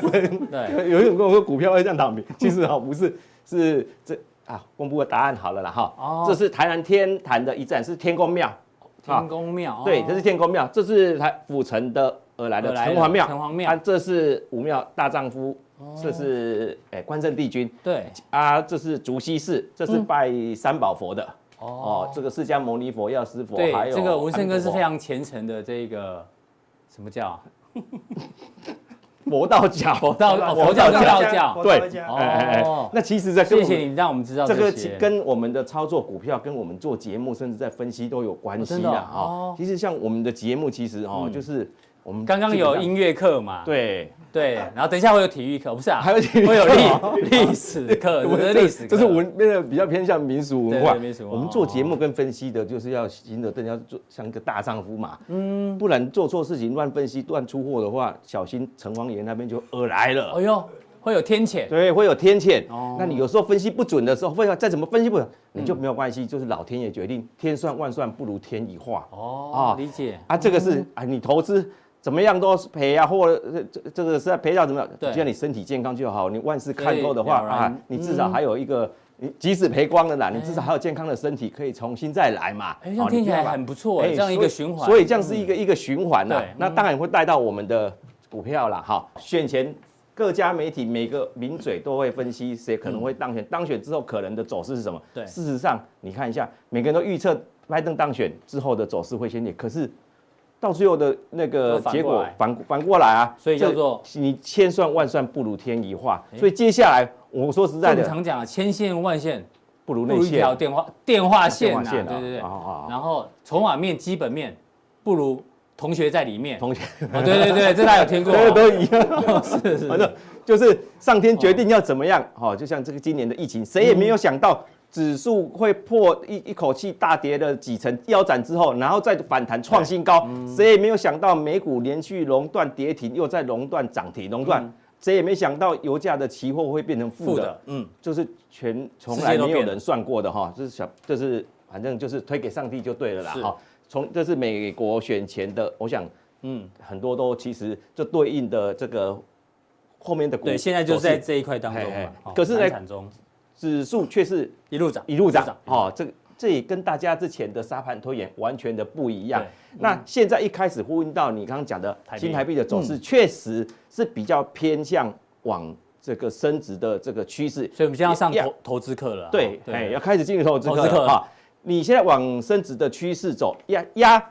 对，
有一种跟我说股票会这样躺平，其实啊不是，是这啊公布个答案好了啦
哦
哈。这是台南天坛的一站，是天公庙。
天公庙，哦
对，这是天公庙，这是台府城的而来的
而来的
城隍庙，
城隍庙哦
啊，这是武庙大丈夫，这是哎关圣帝君
对，
啊，这是竹溪寺，这是拜三宝佛的
嗯哦
哦，，这个释迦牟尼佛、药师佛，
对
还，有
这个文胜哥是非
安
常虔诚的这个什么教啊？
佛佛道教，佛
道哦佛教跟道教
佛
对
教家
哦
哎哎哎那其实在跟
谢
我
谢
们
你让我们知道
这个
些
跟我们的操作股票、跟我们做节目，甚至在分析都有关系
哦真
的
的哦
啊
哦。嗯
其实像我们的节目，其实哦，就是我们
刚刚
基本
有
上
音乐课嘛？
对。
对，然后等一下会有体育课，不是啊？
还有体育课
会 有历历史课， 这
我
是
们
历史课，
这是文那个比较偏向民俗文化。
对对民俗文化
我们做节目跟分析的，就是要行得正，要做像一个大丈夫嘛。嗯，不然做错事情、乱分析、乱出货的话，小心城隍爷那边就而来
哎
了。
呦，会有天谴，
对，会有天谴。
哦嗯
那你有时候分析不准的时候，会再怎么分析不准，你就没有关系，就是老天爷决定，天算万算不如天一化。
哦
啊，
理解，
啊，这个是啊，你投资怎么样都是赔啊，或者这这个是要赔到怎么样？
对
只要你身体健康就好，你万事看透的话
对了嗯然
啊，你至少还有一个，你即使赔光了啦，你至少还有健康的身体可以重新再来嘛。
哎，这样
哦
听起来
你不要把
很不错哎，
哎
这样一
所
个
以
循环，嗯
所以这样是一个一个循环呐
对。嗯
那当然会带到我们的股票啦，哈，选前。各家媒体每个名嘴都会分析谁可能会当选，当选之后可能的走势是什么？
嗯对
事实上你看一下，每个人都预测拜登当选之后的走势会先跌，可是到最后的那
都
个
反
结
过
果
来
反反过来啊，
所以叫
这
做哎
你千算万算不如天一化。所以接下来我说实在
我们
的，
常讲啊，千线万线，
不如
不
内
如一
线
条电话电话线
电
啊，
话
对
线啊
对对
啊啊啊，
然后筹码面、基本面不如同学在里面。
同学，
哦，对对对，这大家有听 过
都
哦，
都一 样，
是是
反正就是上天决定要怎么样，哈、就像这个今年的疫情，谁也没有想到指数会破一一口气大跌了几成腰斩之后，然后再反弹创新高，
嗯
谁也没有想到美股连续熔断跌停，又在熔断涨停熔断，谁也没想到油价的期货会变成负
嗯负
的，
的，嗯，
就是全从
世界
来
都
没有
变了
人算过的哈，就是小就是反正就是推给上帝就对了啦
是
哈。从这是美国选前的，我想
嗯，
很多都其实就对应的这个后面的股，
对，现在就是在
走势
这一块当中
嘿
嘛
嘿。
哦
可是呢
难产中
指数却是
一路涨，
一路涨，哦，这个这也跟大家之前的沙盘推演完全的不一样
对。
那现在一开始呼应到你刚刚讲的
台币嗯
新台币的走势，确实是比较偏向往这个升值的这个趋势，
所以我们现在要上
也
投投资课了啊。
对，哎，要开始进入投资
投
客
资客
了啊！你现在往升值的趋势走，压压，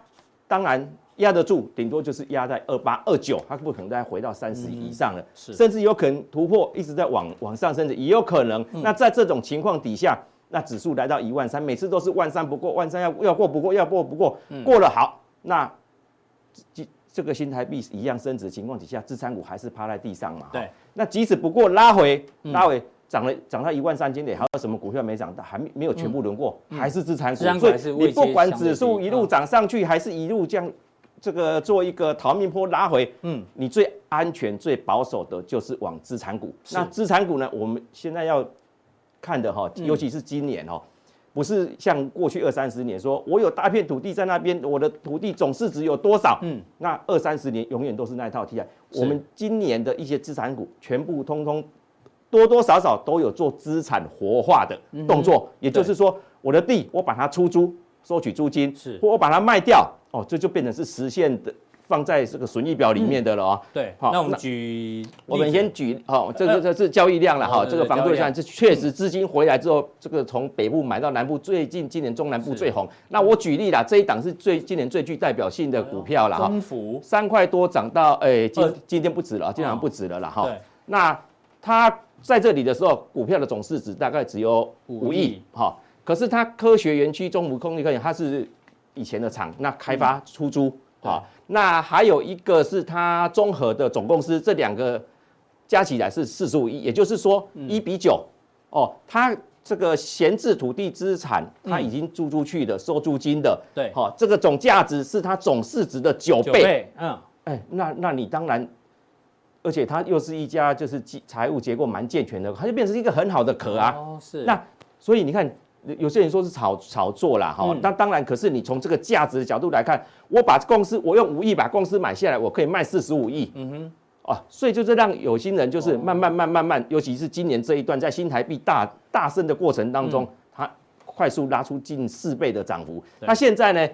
当然压得住，顶多就是压在二八、二九，它不可能再回到三十以上了，
嗯是
甚至有可能突破，一直在往往上升值，也有可能。
嗯
那在这种情况底下，那指数来到一万三，每次都是万三不过，万三
嗯
要要过不过，要过不过，过了好，那这这个新台币一样升值的情况底下，资产股还是趴在地上嘛？
对。
那即使不过拉回，
嗯
拉回涨了涨到一万三千点，还有什么股票没涨到？还没没有全部轮过，还是资产
嗯
股
资产。股
所
还是
以
位
你
阶
不管
相对
指数
低
一路
嗯
涨上去，还是一路这样这个做一个逃命坡拉回，嗯，你最安全、最保守的就是往资产股。那资产股呢，我们现在要看的哈，尤其是今年哦。不是像过去二三十年说，我有大片土地在那边，我的土地总市值有多少？嗯，那二三十年永远都是那一套题材。我们今年的一些资产股，全部通通多多少少都有做资产活化的动作，也就是说，我的地我把它出租，收取租金，
是
或我把它卖掉，哦，这就变成是实现的放在这个损益表里面的了哦。
对，
好
那我们
那
举例子，
我们先举哦，这
呃
个这是交易量了
哦
哈，
对
这个
对
房
交易
地
量
产这确实资金回来之后，这个从北部买到南部，最近今年中南部最红。那我举例啦，这一档是最今年最具代表性的股票了哈，啊
中福
三块多涨到诶，
二
今今天不止了，今天好
哦
像不止了啦哈
对。
那它在这里的时候，股票的总市值大概只有
五
五
亿
亿哈，可是它科学园区中福空地科研，它是以前的厂，那开发出租
嗯
啊，那还有一个是它综合的总公司，这两个加起来是四十五亿，也就是说
嗯
一比九、哦，它。这个闲置土地资产，它已经租出去的，收租金的，
嗯对
好、这个总价值是它总市值的九
九
倍，
倍，嗯，
哎，那那你当然，而且它又是一家就是基财务结构蛮健全的，它就变成一个很好的壳啊。
哦是，
那所以你看，有有些人说是炒炒作啦，哈、
嗯
那、当然，可是你从这个价值的角度来看，我把公司我用五亿把公司买下来，我可以卖四十五亿。嗯哼。哦啊，所以就是让有心人就是慢慢慢慢慢，尤其是今年这一段在新台币大大升的过程当中，它快速拉出近四倍的涨幅。那现在呢，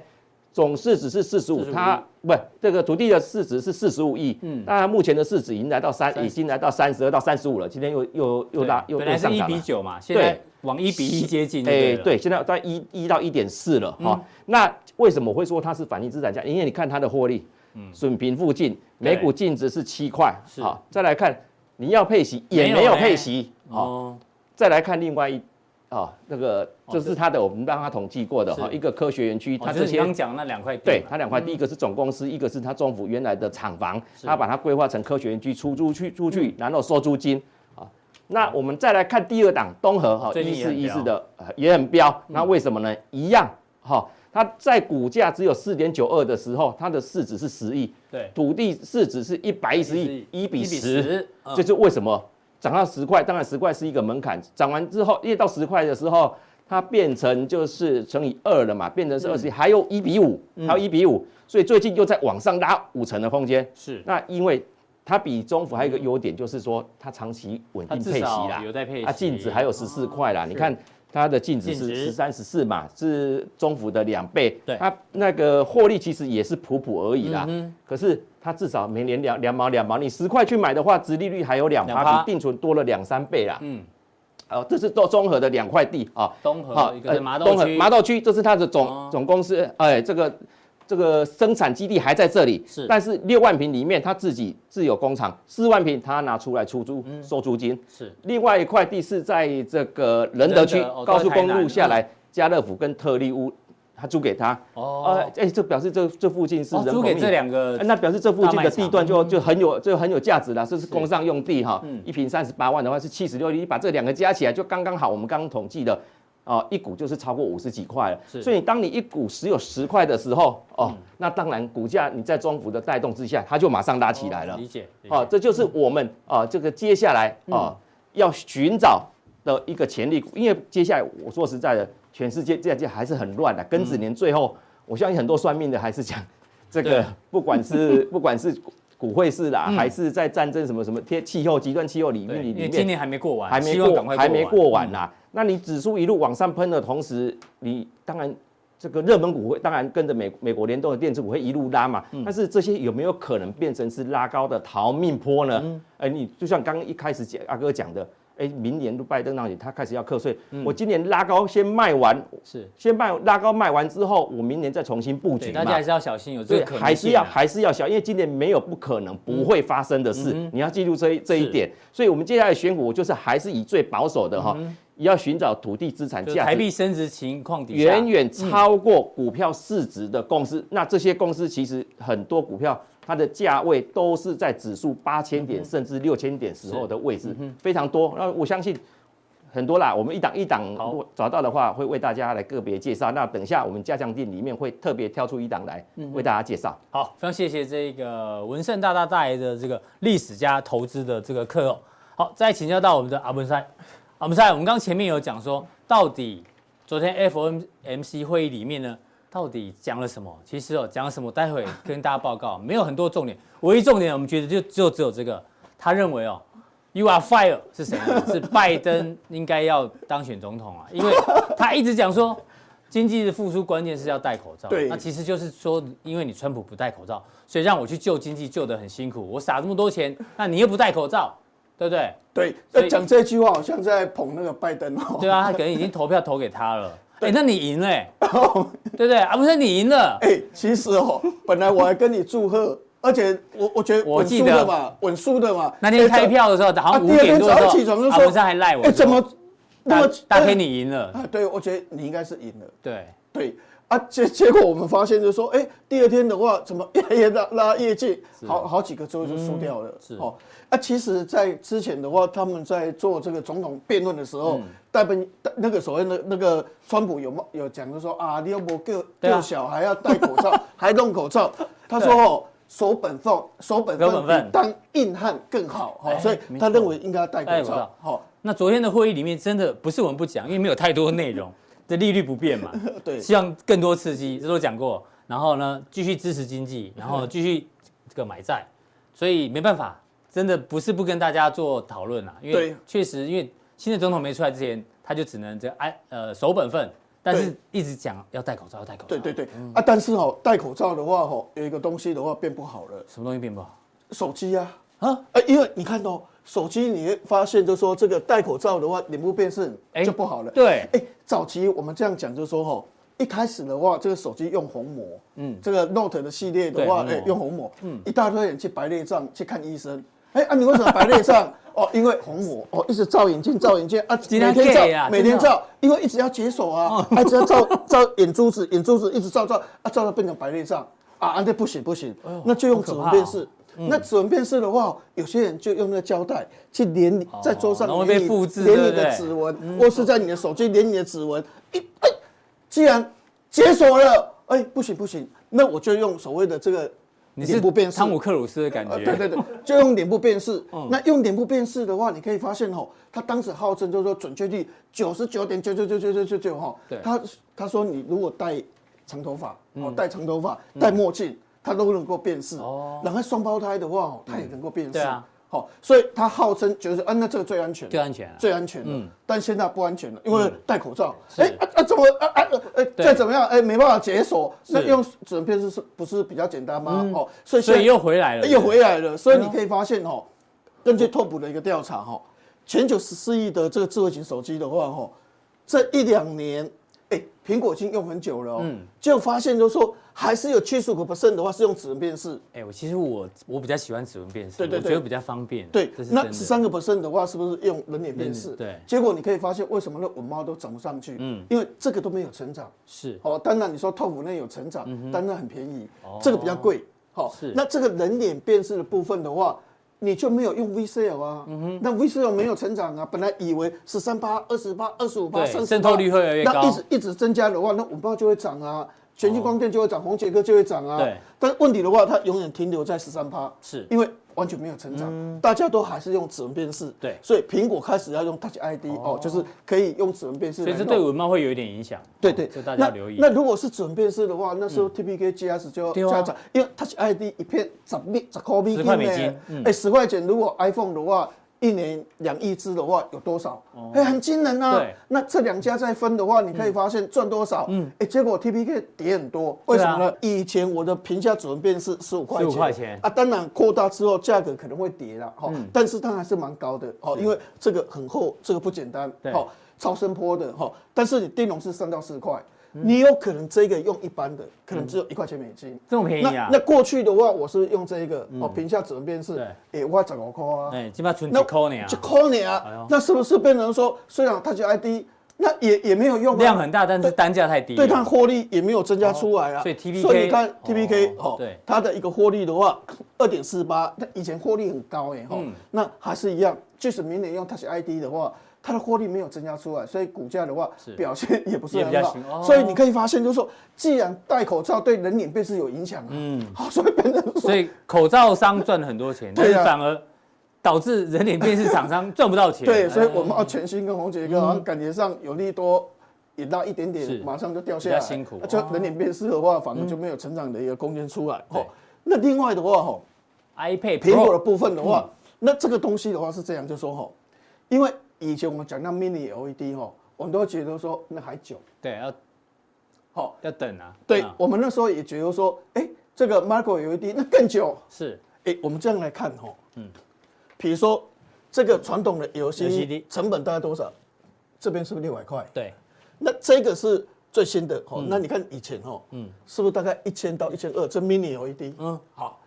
总市值是四十五
45，
它不这个土地的市值是四十五亿，嗯，那目前的市值已经来到三，已经来到三十二到三十五了，今天又又又
对
拉又
本
又
来是
啊上
一
涨了
比。九嘛，现在往一比一接近，哎，
对，现在在一一到一点四了哈、
嗯
那为什么会说它是反映资产价？因为你看它的获利，损平附近每股净值是七块，
嗯是
好，再来看你要配息也
没
没
有
有
嘞
配息，好，
哦，
再来看另外一啊那个
哦
这是它的，我们帮它统计过的
是
哈，一个科学园区，
它
它
这
这
些
些
哦刚讲那两块地
对
嘛，
它两块，第一个是总公司，一个是它中府原来的厂房，它把它规划成科学园区出租去出去，然后收租金。啊，那我们再来看第二档东河哈，
最近
一
也很
四一四
彪
的呃也很彪，那为什么呢？一样哈，它在股价只有四点九二的时候，它的市值是十亿，
对，
土地市值是一百一十亿，一比十。
10，嗯
这就是为什么涨到十块，当然十块是一个门槛，涨完之后，因为到十块的时候，它变成就是乘以二了嘛，变成是二十、
嗯
还有一比五、还有一比五，所以最近又在往上拉五成的空间。
是
那因为它比中府还有一个优点，就是说它长期稳
它
定
至
配息
少
啦，
有在配息
啊，净值还有十四块啦，你看。它的净
净
值
值
是十三十四嘛，是中府的两倍。
对
它那个获利其实也是普普而已啦。
嗯
可是它至少每年两两毛两毛，你十块去买的话，殖利率还有两
2%
趴，比定存多了两三倍啦。
嗯，
哦，这是综综合的两块地啊。
东
好
河一个
呃
是麻
东
豆
河
区，
麻豆区，这是它的总、
哦
总公司，哎，这个这个生产基地还在这里，
是
但是六万平里面他自己自有工厂，四万平他拿出来出租、
嗯
收租金。
是
另外一块地是在这个仁德区
仁德哦
高速公
都在台
路
南
下来，家乐福跟特利屋，他租给他。呃
哦，，
哎，这表示这这附近是
哦
人口
租给
密
这两个
哎那表示这附近的地段就就很有就很有价值了，这
嗯
是
是
工商用地哈
嗯，
一平三十八万的话是七十六，你把这两个加起来就刚刚好，我们刚刚统计的。哦，一股就是超过五十几块了，
是嗯
所以当你一股只有十块的时候，哦，那当然股价你在中幅的带动之下，它就马上拉起来了
理。解，理
哦，
解
这就是我们啊、这个接下来
嗯
啊、要寻找的一个潜力股，因为接下来我说实在的，全世界这这还是很乱的，庚
嗯
子年最后，我相信很多算命的还是讲这
对嗯
个，不 管是不管是股股汇市啦，还是在战争什么什么天气候极端气候里
对
面里
因为
面，
今年还没过完，
还没
希望赶
过
快
还没过完
嗯
啦、那你指数一路往上喷的同时，你当然这个热门股会当然跟着美美国联动的电子股会一路拉嘛。
嗯
但是这些有没有可能变成是拉高的逃命坡呢？
嗯
哎、你就像刚刚一开始讲阿哥讲的。哎，明年拜登那里他开始要课税，我今年拉高先卖完，
嗯是。
先卖拉高卖完之后，我明年再重新布
对，
局
大
嘛。
家还是要小心，有这
所以
个可能性啊
嗯还是要还是要小，因为今年没有不可能不会发生的
嗯
事，你要记住这一这一点。所以我们接下来选股，我就是还是以最保守的哈，也要寻找土地资产
嗯就是
价
台
值
币升值情况底下，
远远超过股票市值的公司。那这些公司其实很多股票它的价位都是在指数八千
嗯
点甚至六千点时候的位置，非常多。那我相信。很多啦，我们一档一档
好
如果找到的话，会为大家来个别介绍。那等一下我们加强店里面会特别挑出一档来
嗯
为大家介绍。
好，非常谢谢这个文盛大大带来的这个历史家投资的这个课哦。好，再请教到我们的阿文塞，阿文塞，我们刚前面有讲说，到底昨天 FOMC 会议里面呢，到底讲了什么？其实哦，讲了什么，待会跟大家报告，没有很多重点，唯一重点我们觉得就就只有这个，他认为哦。You are fire 是谁呢？是拜登应该要当选总统啊，因为他一直讲说经济的复苏关键是要戴口罩。
对
那其实就是说，因为你川普不戴口罩，所以让我去救经济救得很辛苦，我撒这么多钱，那你又不戴口罩，对不对？
对，
所
那
以
讲这句话好像在捧那个拜登 哦。
对啊，他可能已经投票投给他了。哎、那你赢了、欸，对不对？啊，不是你赢了，
哦哎、其实哦，本来我还跟你祝贺，而且我我觉得
我
稳
记
输
得
的嘛，稳输的嘛。
那天
哎
开
这
票的时候，好
啊，
像五
第二
点
天
多
早
的时
上
候，
起床就
啊
说，
不是还赖我说，
哎、怎么那
大
么
大黑你赢了？
啊？对，我觉得你应该是赢了。
对，
对啊，结结果我们发现就是说，哎、第二天的话，怎么 越来越拉拉业界，好好几个州就输掉了。
嗯是
哦，啊，其实，在之前的话，他们在做这个总统辩论的时
嗯
候，戴本那个所谓的那个川普有冒有讲就说啊，你要不给
对啊
给小孩要戴口罩， 还弄口罩，他说哦。守本分，守本
守
分
本分
比当硬汉更好，哈、
哎
所以
没
他
错
认为应该要戴
戴
口
口罩
罩，哦好、
那昨天的会议里面，真的不是我们不讲，因为没有太多内容，这利率不变嘛，
对
希望更多刺激，这都讲过。然后呢，继续支持经济，然后继续这个买债，所以没办法，真的不是不跟大家做讨论啦，因为
对
确实，因为新的总统没出来之前，他就只能这按呃守本分，但是一直讲要戴口罩，要戴口罩，
对对，对、
嗯
啊！但是哦，戴口罩的话哦，有一个东西的话变不好了，
什么东西变不好？
手机啊，
啊
啊，哎，因为你看哦，手机你会发现，就说这个戴口罩的话，脸部变色
哎
就不好了。
对
哎，早期我们这样讲，就说哦，一开始的话，这个手机用虹膜，嗯，这个 Note 的系列的话，
对虹膜
哎，用虹膜，嗯，一大堆人去白内障去看医生，哎啊，你为什么白内障？哦，因为虹膜哦，一直照眼睛，照眼睛啊，
今天
每天
gay 啊
照，每
真
天
的
照，因为一直要解手
哦
啊，啊，一直要照照眼珠子，眼珠子一直照照啊，照到变成白内障啊，啊那不行不行，那就
好
用
可
指
怕
纹
哦
辨识。那指纹辨识的话，有些人就用那个胶带去连你在桌上
然后
连
哦被
你
复制
连
对
你
不
的
对嗯
指纹，或是在你的手机连你的指纹。一哎，既然解锁了，哎，不行不行，那我就用所谓的这个
你是
脸部辨识
汤。姆克鲁斯的感觉，
呃对对对，就用脸部辨识。那用脸部辨识的话，你可以发现哦，他当时号称就是说准确率九十九点九九九九九九九哈
对。
他他说你如果戴长头发，哦戴长头发，戴墨镜，他都能够辨识。
哦
哦，然后双胞胎的话，哦他也能够辨识。
对啊。
好，所以他号称觉得啊，那这个最安全了，
最安全了
最安全了。但现在不安全了，因为戴口罩。
是
哎啊啊，怎么啊啊呃，再怎么样，哎，没办法解锁。那
是
用指纹辨识是不是比较简单吗？哦，所以
所
现在
以又回来了，
又哎回来了。所以你可以发现哦，根据拓普的一个调查哈、哦，全球十四亿的这个智慧型手机的话哈、哦，这一两年哎，苹果已经用很久了、哦，
嗯
就发现就说还是有七十五 percent 的话是用指纹辨识，
哎，我其实我我比较喜欢指纹辨识，
对对
我觉
对
得比较方便。
对
这，是
那
真的
十三个 percent 的话是不是用人脸辨识？
嗯对
结果你可以发现为什么那文猫都涨不上去，嗯，因为这个都没有成长。
是
哦，当然你说透腐那有成长，但那很便宜，这个比较贵。好
嗯哦是，
那这个人脸辨识的部分的话，你就没有用 VCL 啊，
嗯
那 VCL 没有成长啊，本来以为十三八、二十八、二十五八、
对
三
渗透率会越来越高
那一直一直增加的话，那五八就会涨啊。全新光电就会涨，红杰哥就会涨啊。
哦对，
但问题的话，它永远停留在十三趴，
是
因为完全没有成长，大家都还是用指纹辨识。
嗯对
所以苹果开始要用 Touch ID 哦，就是可以用指纹辨识
所
来
以
弄。
这对文貌会有一点影响。
对对，
哦这大家留意。嗯
那那如果是准辨识的话，那时候 TPK GS 就
对啊
要加涨，因为 Touch ID 一片十米十块美
10
金呢
块美金嗯
哎，十块钱如果 iPhone 的话。一年两亿只的话有多少？哎，很惊人啊
哦对！
那这两家再分的话，你可以发现赚多少？嗯，哎，结果 TPK 跌很多，为什么
对啊
呢？以前我的评价准辨是十五块钱，
15块钱嗯
啊，当然扩大之后价格可能会跌了哈，但是它还是蛮高的哦，因为这个很厚，这个不简单
对
哦，超声波的哈，但是你电容是三到四块。
嗯
你有可能这个用一般的，可能只有一块钱美金，
这么嗯便宜啊嗯
那那过去的话，我是用这个哦，屏下指纹辨识
对，
诶，我十五块啊，
哎，基本上存几扣呢啊
就，扣你
哎
啊
呦，
那是不是变成说，虽然它叫 ID，那也也没有用啊，
量很大，但是单价太低了。
对它获利也没有增加出来啊。
哦所以 TPK
所以你看 TPK
哦
哦，
对
它的一个获利的话，二点四八，它以前获利很高哎哈
嗯，
那还是一样，即使明年用 Touch ID 的话。它的获利没有增加出来，所以股价的话
是
表现也不是
也比较
很好
行，哦
所以你可以发现，就是说，既然戴口罩对人脸辨识有影响啊，嗯，好，所以变成说
所以口罩商赚了很多 钱，但
对啊
是反而导致人脸辨识厂商赚不到钱。
对，所以
哎嗯
我们要全新跟红杰哥好像感觉上有利多。也到一点
是
点，马上就掉下来，
比较辛苦哦
啊就人脸辨识的话，反而就没有成长的一个空间出来。
嗯
哦，那另外的话，哦，
iPad
苹果的
Pro 嗯
部分的话，那这个东西的话是这样，就说哈，因为以前我们讲到 mini LED 哈，我们都觉得说那还久，
对要
好，
要等啊。
对
啊
我们那时候也觉得说，哎，这个 micro LED 那更久，
是
哎，我们这样来看哈，嗯，比如说这个传统的
LCD
LCD 成本大概多少？这边是不是六百块？
对
那这个是最新的哦，那你看以前哦，嗯，是不是大概一千到一千二？这 mini LED，嗯，好，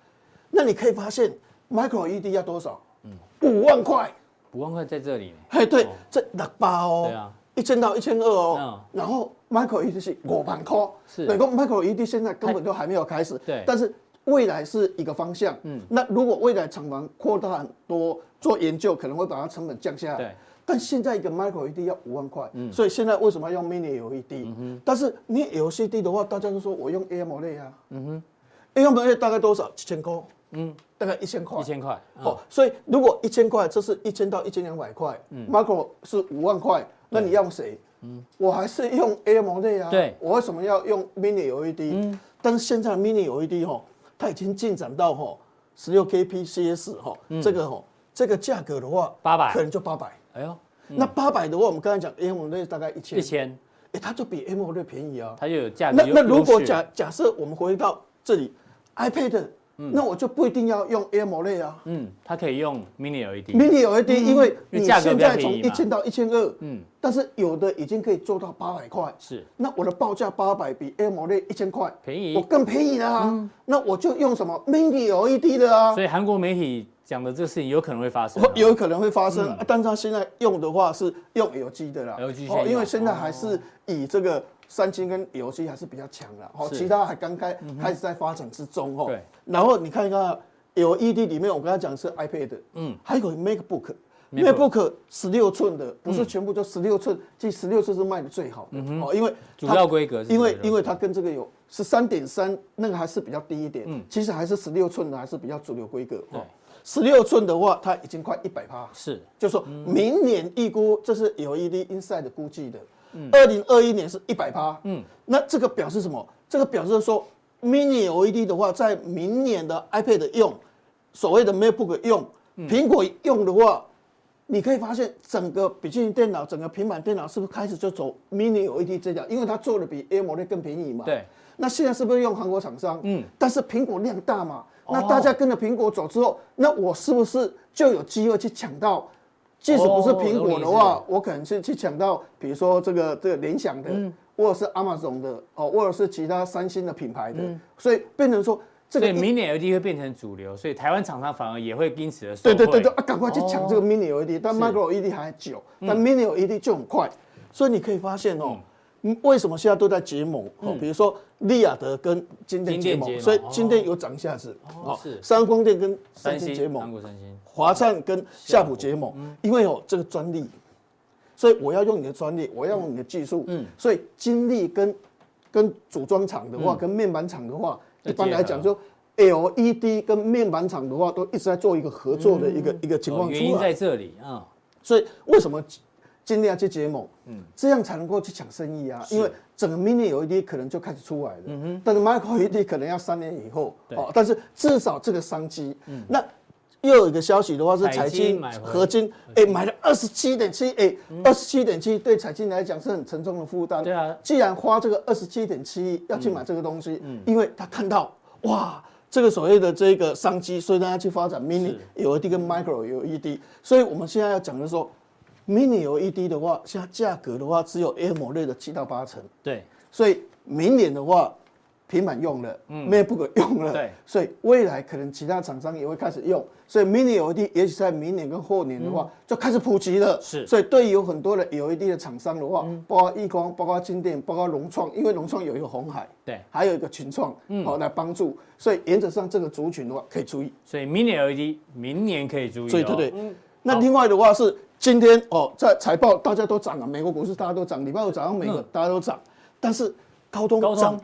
那你可以发现 micro LED 要多少？嗯，五万块，
五万块在这里呢，
嘿，对，这六八哦，
对啊，
一千到一千二
嗯
哦，然后 micro LED 是五万块，
是
等于说 micro LED 现在根本都还没有开始，
对
但是未来是一个方向，嗯，那如果未来厂房扩大很多，做研究可能会把它成本降下来，
对。
但现在一个 micro LED 要五万块，所以现在为什么要用 mini LED？、但是你 LCD 的话，大家都说我用 AMOLED 啊，嗯哼，AMOLED E 大概多少？七千块，嗯，大概一千块，
一千块。嗯
哦，所以如果一千块，这是一千到一千两百块，Marco
嗯
是五万块，那你用谁？我还是用 AMOLED 啊。
对嗯
我为什么要用 Mini LED？但是现在的 Mini LED 哈，它已经进展到哈十六 kpcs 哈，
嗯
这个哈这个价格的话，
800
可能就八百。
哎呦，
那八百的话，我们刚才讲 AMOLED 大概一千，
一，千，
哎，它就比 AMOLED 便宜啊。
它就有价格
那
优。
那如
优
果
势
假假设我们回到这里，iPad，那我就不一定要用 AMOLED 啊。
嗯，它可以用 Mini E LED，
mini LED，
嗯
因为
因为
你
价格
现
比较
在从
便宜
一
嘛
千到一千二，
嗯
嗯，但是有的已经可以做到八百块，
是
那我的报价八百比 AMOLED 一千块
便宜嗯
我更便宜啦、那我就用什么 mini LED 的啊
所，以韩国媒体讲的这个事情有可能会发生啊
我。有可能会发生，但是它现在用的话是用 LG 的啦
LG 先用
哦因为现在还是以这个三星跟 LG 还是比较强啦，哦，
是
其他还刚开开始在发展之中哦
对。
然后你看一看 LED 里面，我跟他讲是 iPad，嗯，还有 MacBook。MacBook 十六寸的不是全部都十六寸，其实十六寸是卖的最好的哦，因为
主
它
要规格是
因为
16寸
因为它跟这个有十三点三，那个还是比较低一点，其实还是十六寸的还是比较主流规格
嗯对嗯
哦。十六寸的话，它已经快一百趴，
是
就说明年预估这是 LED Inside 估计的，
嗯
二零二一年是一百趴，嗯，那这个表示什么？这个表示说 Mini LED 的话，在明年的 iPad 用，所谓的 MacBook 用，
嗯
苹果用的话。你可以发现，整个笔记本电脑、整个平板电脑是不是开始就走 Mini LED 这条？因为它做的比 AMOLED 更便宜嘛。
对。
那现在是不是用韩国厂商？嗯，但是苹果量大
哦
嘛，那大家跟着苹果走之后，那我是不是就有机会去抢到即使不是
哦
苹
懂
果
你
的
意思
话，我可能是去抢到，比如说这个这个联想的，
嗯
或者是 Amazon 的，哦，或者是其他三星的品牌的，所以变成说这
嗯所
个
以
一
明年 LED 会变成主流，所以台湾厂商反而也会因此而受
对对
惠哦
对对，啊，赶快去抢这个 Mini LED，但 Micro LED 还久，
嗯
但 Mini LED 就很快，所以你可以发现哦。嗯为什么现在都在结盟？哦，比如说利雅得跟金
嗯金
电结
电结
盟，
盟
所以金电有涨价值。
哦是
三光电跟三
三
星
星
结
韩
盟，
国三星，
华灿跟夏普结盟，
嗯
因为有这个专利，所以我要用你的专利，我要用你的技术。嗯，所以金立跟跟组装厂的话，跟面板厂的话，
嗯要
一般来讲
结
就 LED 跟面板厂的话，都一直在做一个合作的一个一个情
哦
况
原因
出
在
来。
这里啊，
所以为什么尽量去结盟？嗯，这样才能够去抢生意啊，因为整个 Mini LED 可能就开始出来了，嗯但是 Micro LED 可能要三年以后，哦，但是至少这个商机，那。又有一个消息的话是
彩
彩
晶
晶
买回
合金，哎，买了二十七点七，哎，二十七点七对彩晶来讲是很沉重的负担。
对啊嗯
既然花这个二十七点七要去买这个东西，因为他看到哇，这个所谓的这个商机，所以大家去发展 mini LED 跟 micro LED。所以我们现在要讲的是说，mini LED 的话，现在价格的话只有 AMOLED 的七到八成，
对，
所以明年的话。平板用了、m a c b o o k 用了，
嗯对
所以未来可能其他厂商也会开始用，所以 Mini LED 也许在明年跟后年的话、就开始普及了。
嗯是嗯
所以对于有很多的 LED 的厂商的话，包括易光、包括金电、包括融创，因为融创有一个红海，
对
还有一个群创，
嗯
好、来帮助，所以原则上这个族群的话可以注意。
所以 Mini LED 明年可以注意、哦，
所以对对，那另外的话是今天哦，在财报大家都涨了，美国股市大家都涨，礼拜五早上美国大家都涨，但是高通
高通
涨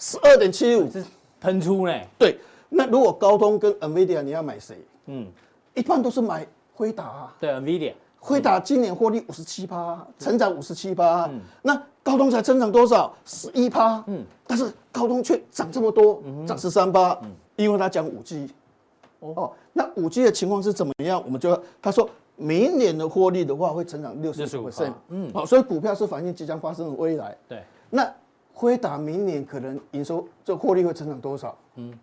十二点七五，
这是喷出呢，
对，那如果高通跟 NVIDIA 你要买谁？嗯，一般都是买辉达、啊。
对 NVIDIA
辉达今年获利五十七趴，成长五十七趴，那高通才成长多少？十一趴，嗯，但是高通却涨这么多，涨十三趴，因为他讲五 G，哦，那五 G 的情况是怎么样？我们就要他说明年的获利的话会成长六十五
65%
嗯，好，所以股票是反映即将发生的未来。
对，
那辉达明年可能营收这获利会成长多少？嗯，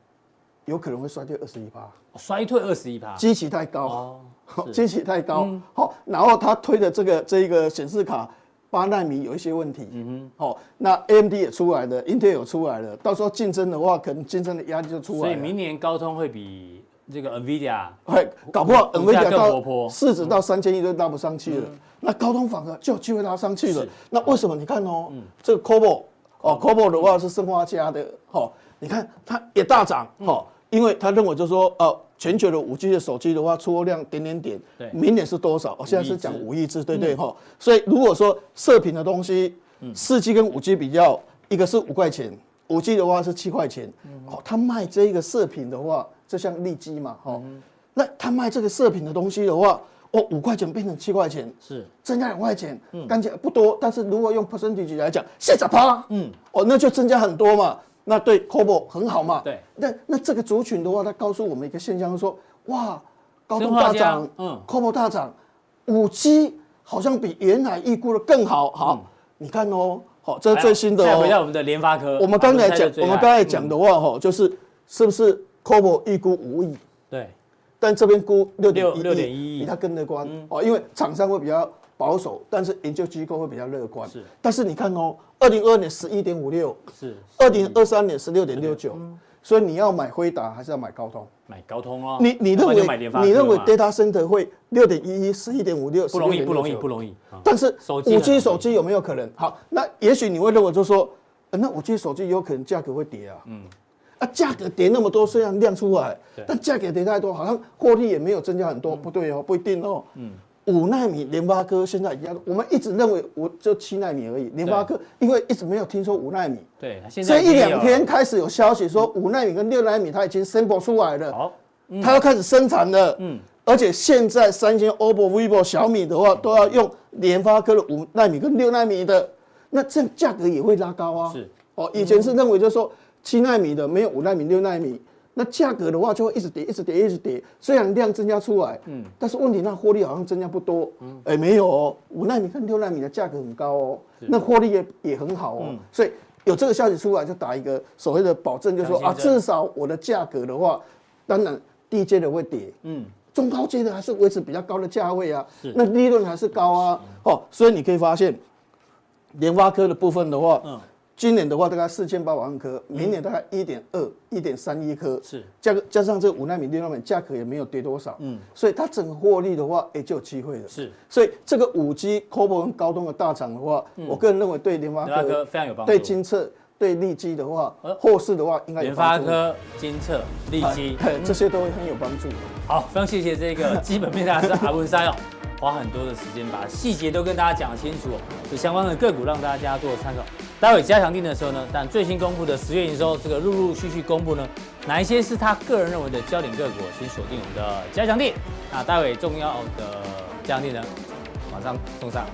有可能会衰退二十一趴，
哦衰退二十一趴，
基期太高。
哦，
好，机器太高，好，然后它推的这个这一个显示卡八纳米有一些问题，嗯哼，好，那 AMD 也出来了，Intel 也出来了，到时候竞争的话，可能竞争的压力就出
所
来
以
了。
明年高通会比这个 NVIDIA
哎，搞不好
股价
NVIDIA
更活泼嗯
到市值到三千亿都拉不上去了，那高通反而就有机会拉上去了。那为什么？你看哦，
嗯
这个 Cobo 哦，Cobo 的话是生化家的，哦，你看它也大涨，
嗯
哦，因为他认为就是说，呃，全球的五 G 的手机的话，出货量点点点
对，
明年是多少？哦，现在是讲五亿只，对对哈。哦所以如果说射频的东西，四 G 跟五 G 比较，一个是五块钱，五 G 的话是七块钱，哦，他卖这个射频的话，就像利基嘛，哦。那他卖这个射频的东西的话，我五块钱变成七块钱，
是
增加两块钱，
嗯
看起来不多，但是如果用 percentage 来讲，四十趴，嗯，哦，那就增加很多嘛，那对 Cobo 很好嘛，
对，
那那这个族群的话，它告诉我们一个现象，说哇，高
生
通
化
大
家
涨，
嗯
嗯，Cobo 大涨，五 G 好像比原来预估的更好，
嗯
好，你看哦，好，这是最新的
再
哦
回，到我们的联发科，
我们刚才讲
啊，
我们刚才讲，的话，哈，就是是不是 Cobo 预估五亿？
不是
但这边估六点
六6.1亿嗯
比它更乐观哦，因为厂商会比较保守，但是研究机构会比较乐观。
是，
但是你看哦，二零二二年十一点五六，
猜的最爱是
二零二三年十六点六九，
嗯
所以你要买辉达还是要买高通？
买高通哦，
你你认
要不
为
然就买联发科嘛
你认为 data center 会六点一一、十一点五六，
不容易，不容易，
16.69
不容易。啊
但是
手机呢
五 G 手机有没有可能？好，那也许你会认为就是说，呃那五 G 手机有可能价格会跌啊。嗯。啊，价格跌那么多，虽然量出来，但价格跌太多，好像获利也没有增加很多，不对哦，不一定哦。嗯。五纳米联发科现在一样，我们一直认为我就七纳米而已。联发科因为一直没有听说五纳米，
对，现在
这一
已经有
两天开始有啊消息说五纳米跟六纳米它已经 sample 出来了。
好，
它要开始生产了。嗯，而且现在三星、OPPO、vivo、小米的话，都要用联发科的五纳米跟六纳米的，那这样价格也会拉高啊。
是，
哦，以前是认为就是说七纳米的没有五纳米、六纳米。那价格的话就会一直跌，一直跌，一直跌。虽然量增加出来，嗯，但是问题那获利好像增加不多，嗯，哎，没有哦，五纳米跟六纳米的价格很高哦，那获利也也很好哦，所以有这个消息出来就打一个所谓的保证，就是说
强
啊，
心针
至少我的价格的话，当然低阶的会跌，嗯，中高阶的还是维持比较高的价位啊，那利润还是高啊，哦，所以你可以发现，联发科的部分的话，
嗯
今年的话大概四千八百万颗，明年大概一点二、一点三亿颗，
是
加个加上这五纳米、六纳米价格也没有跌多少，
嗯
嗯，所以它整个获利的话也就有机会了。
是
所以这个五 G、c o b o 跟高通的大厂的话，我个人认为对联
嗯
发
联发科
科
非常有帮助。
对金策、对利基的话
呃，
后市的话应该有
联发
帮助哎
科、金策、利基，
对这些都会很有帮助。
好，非常谢谢这个基本面大师阿文山哦，花很多的时间把细节都跟大家讲清楚哦，有相关的个股让大家做参考。待会加强定的时候呢，但最新公布的十月营收，这个陆陆续续公布呢，哪一些是他个人认为的焦点个股，请锁定我们的加强定。那待会重要的加强定呢，马上送上。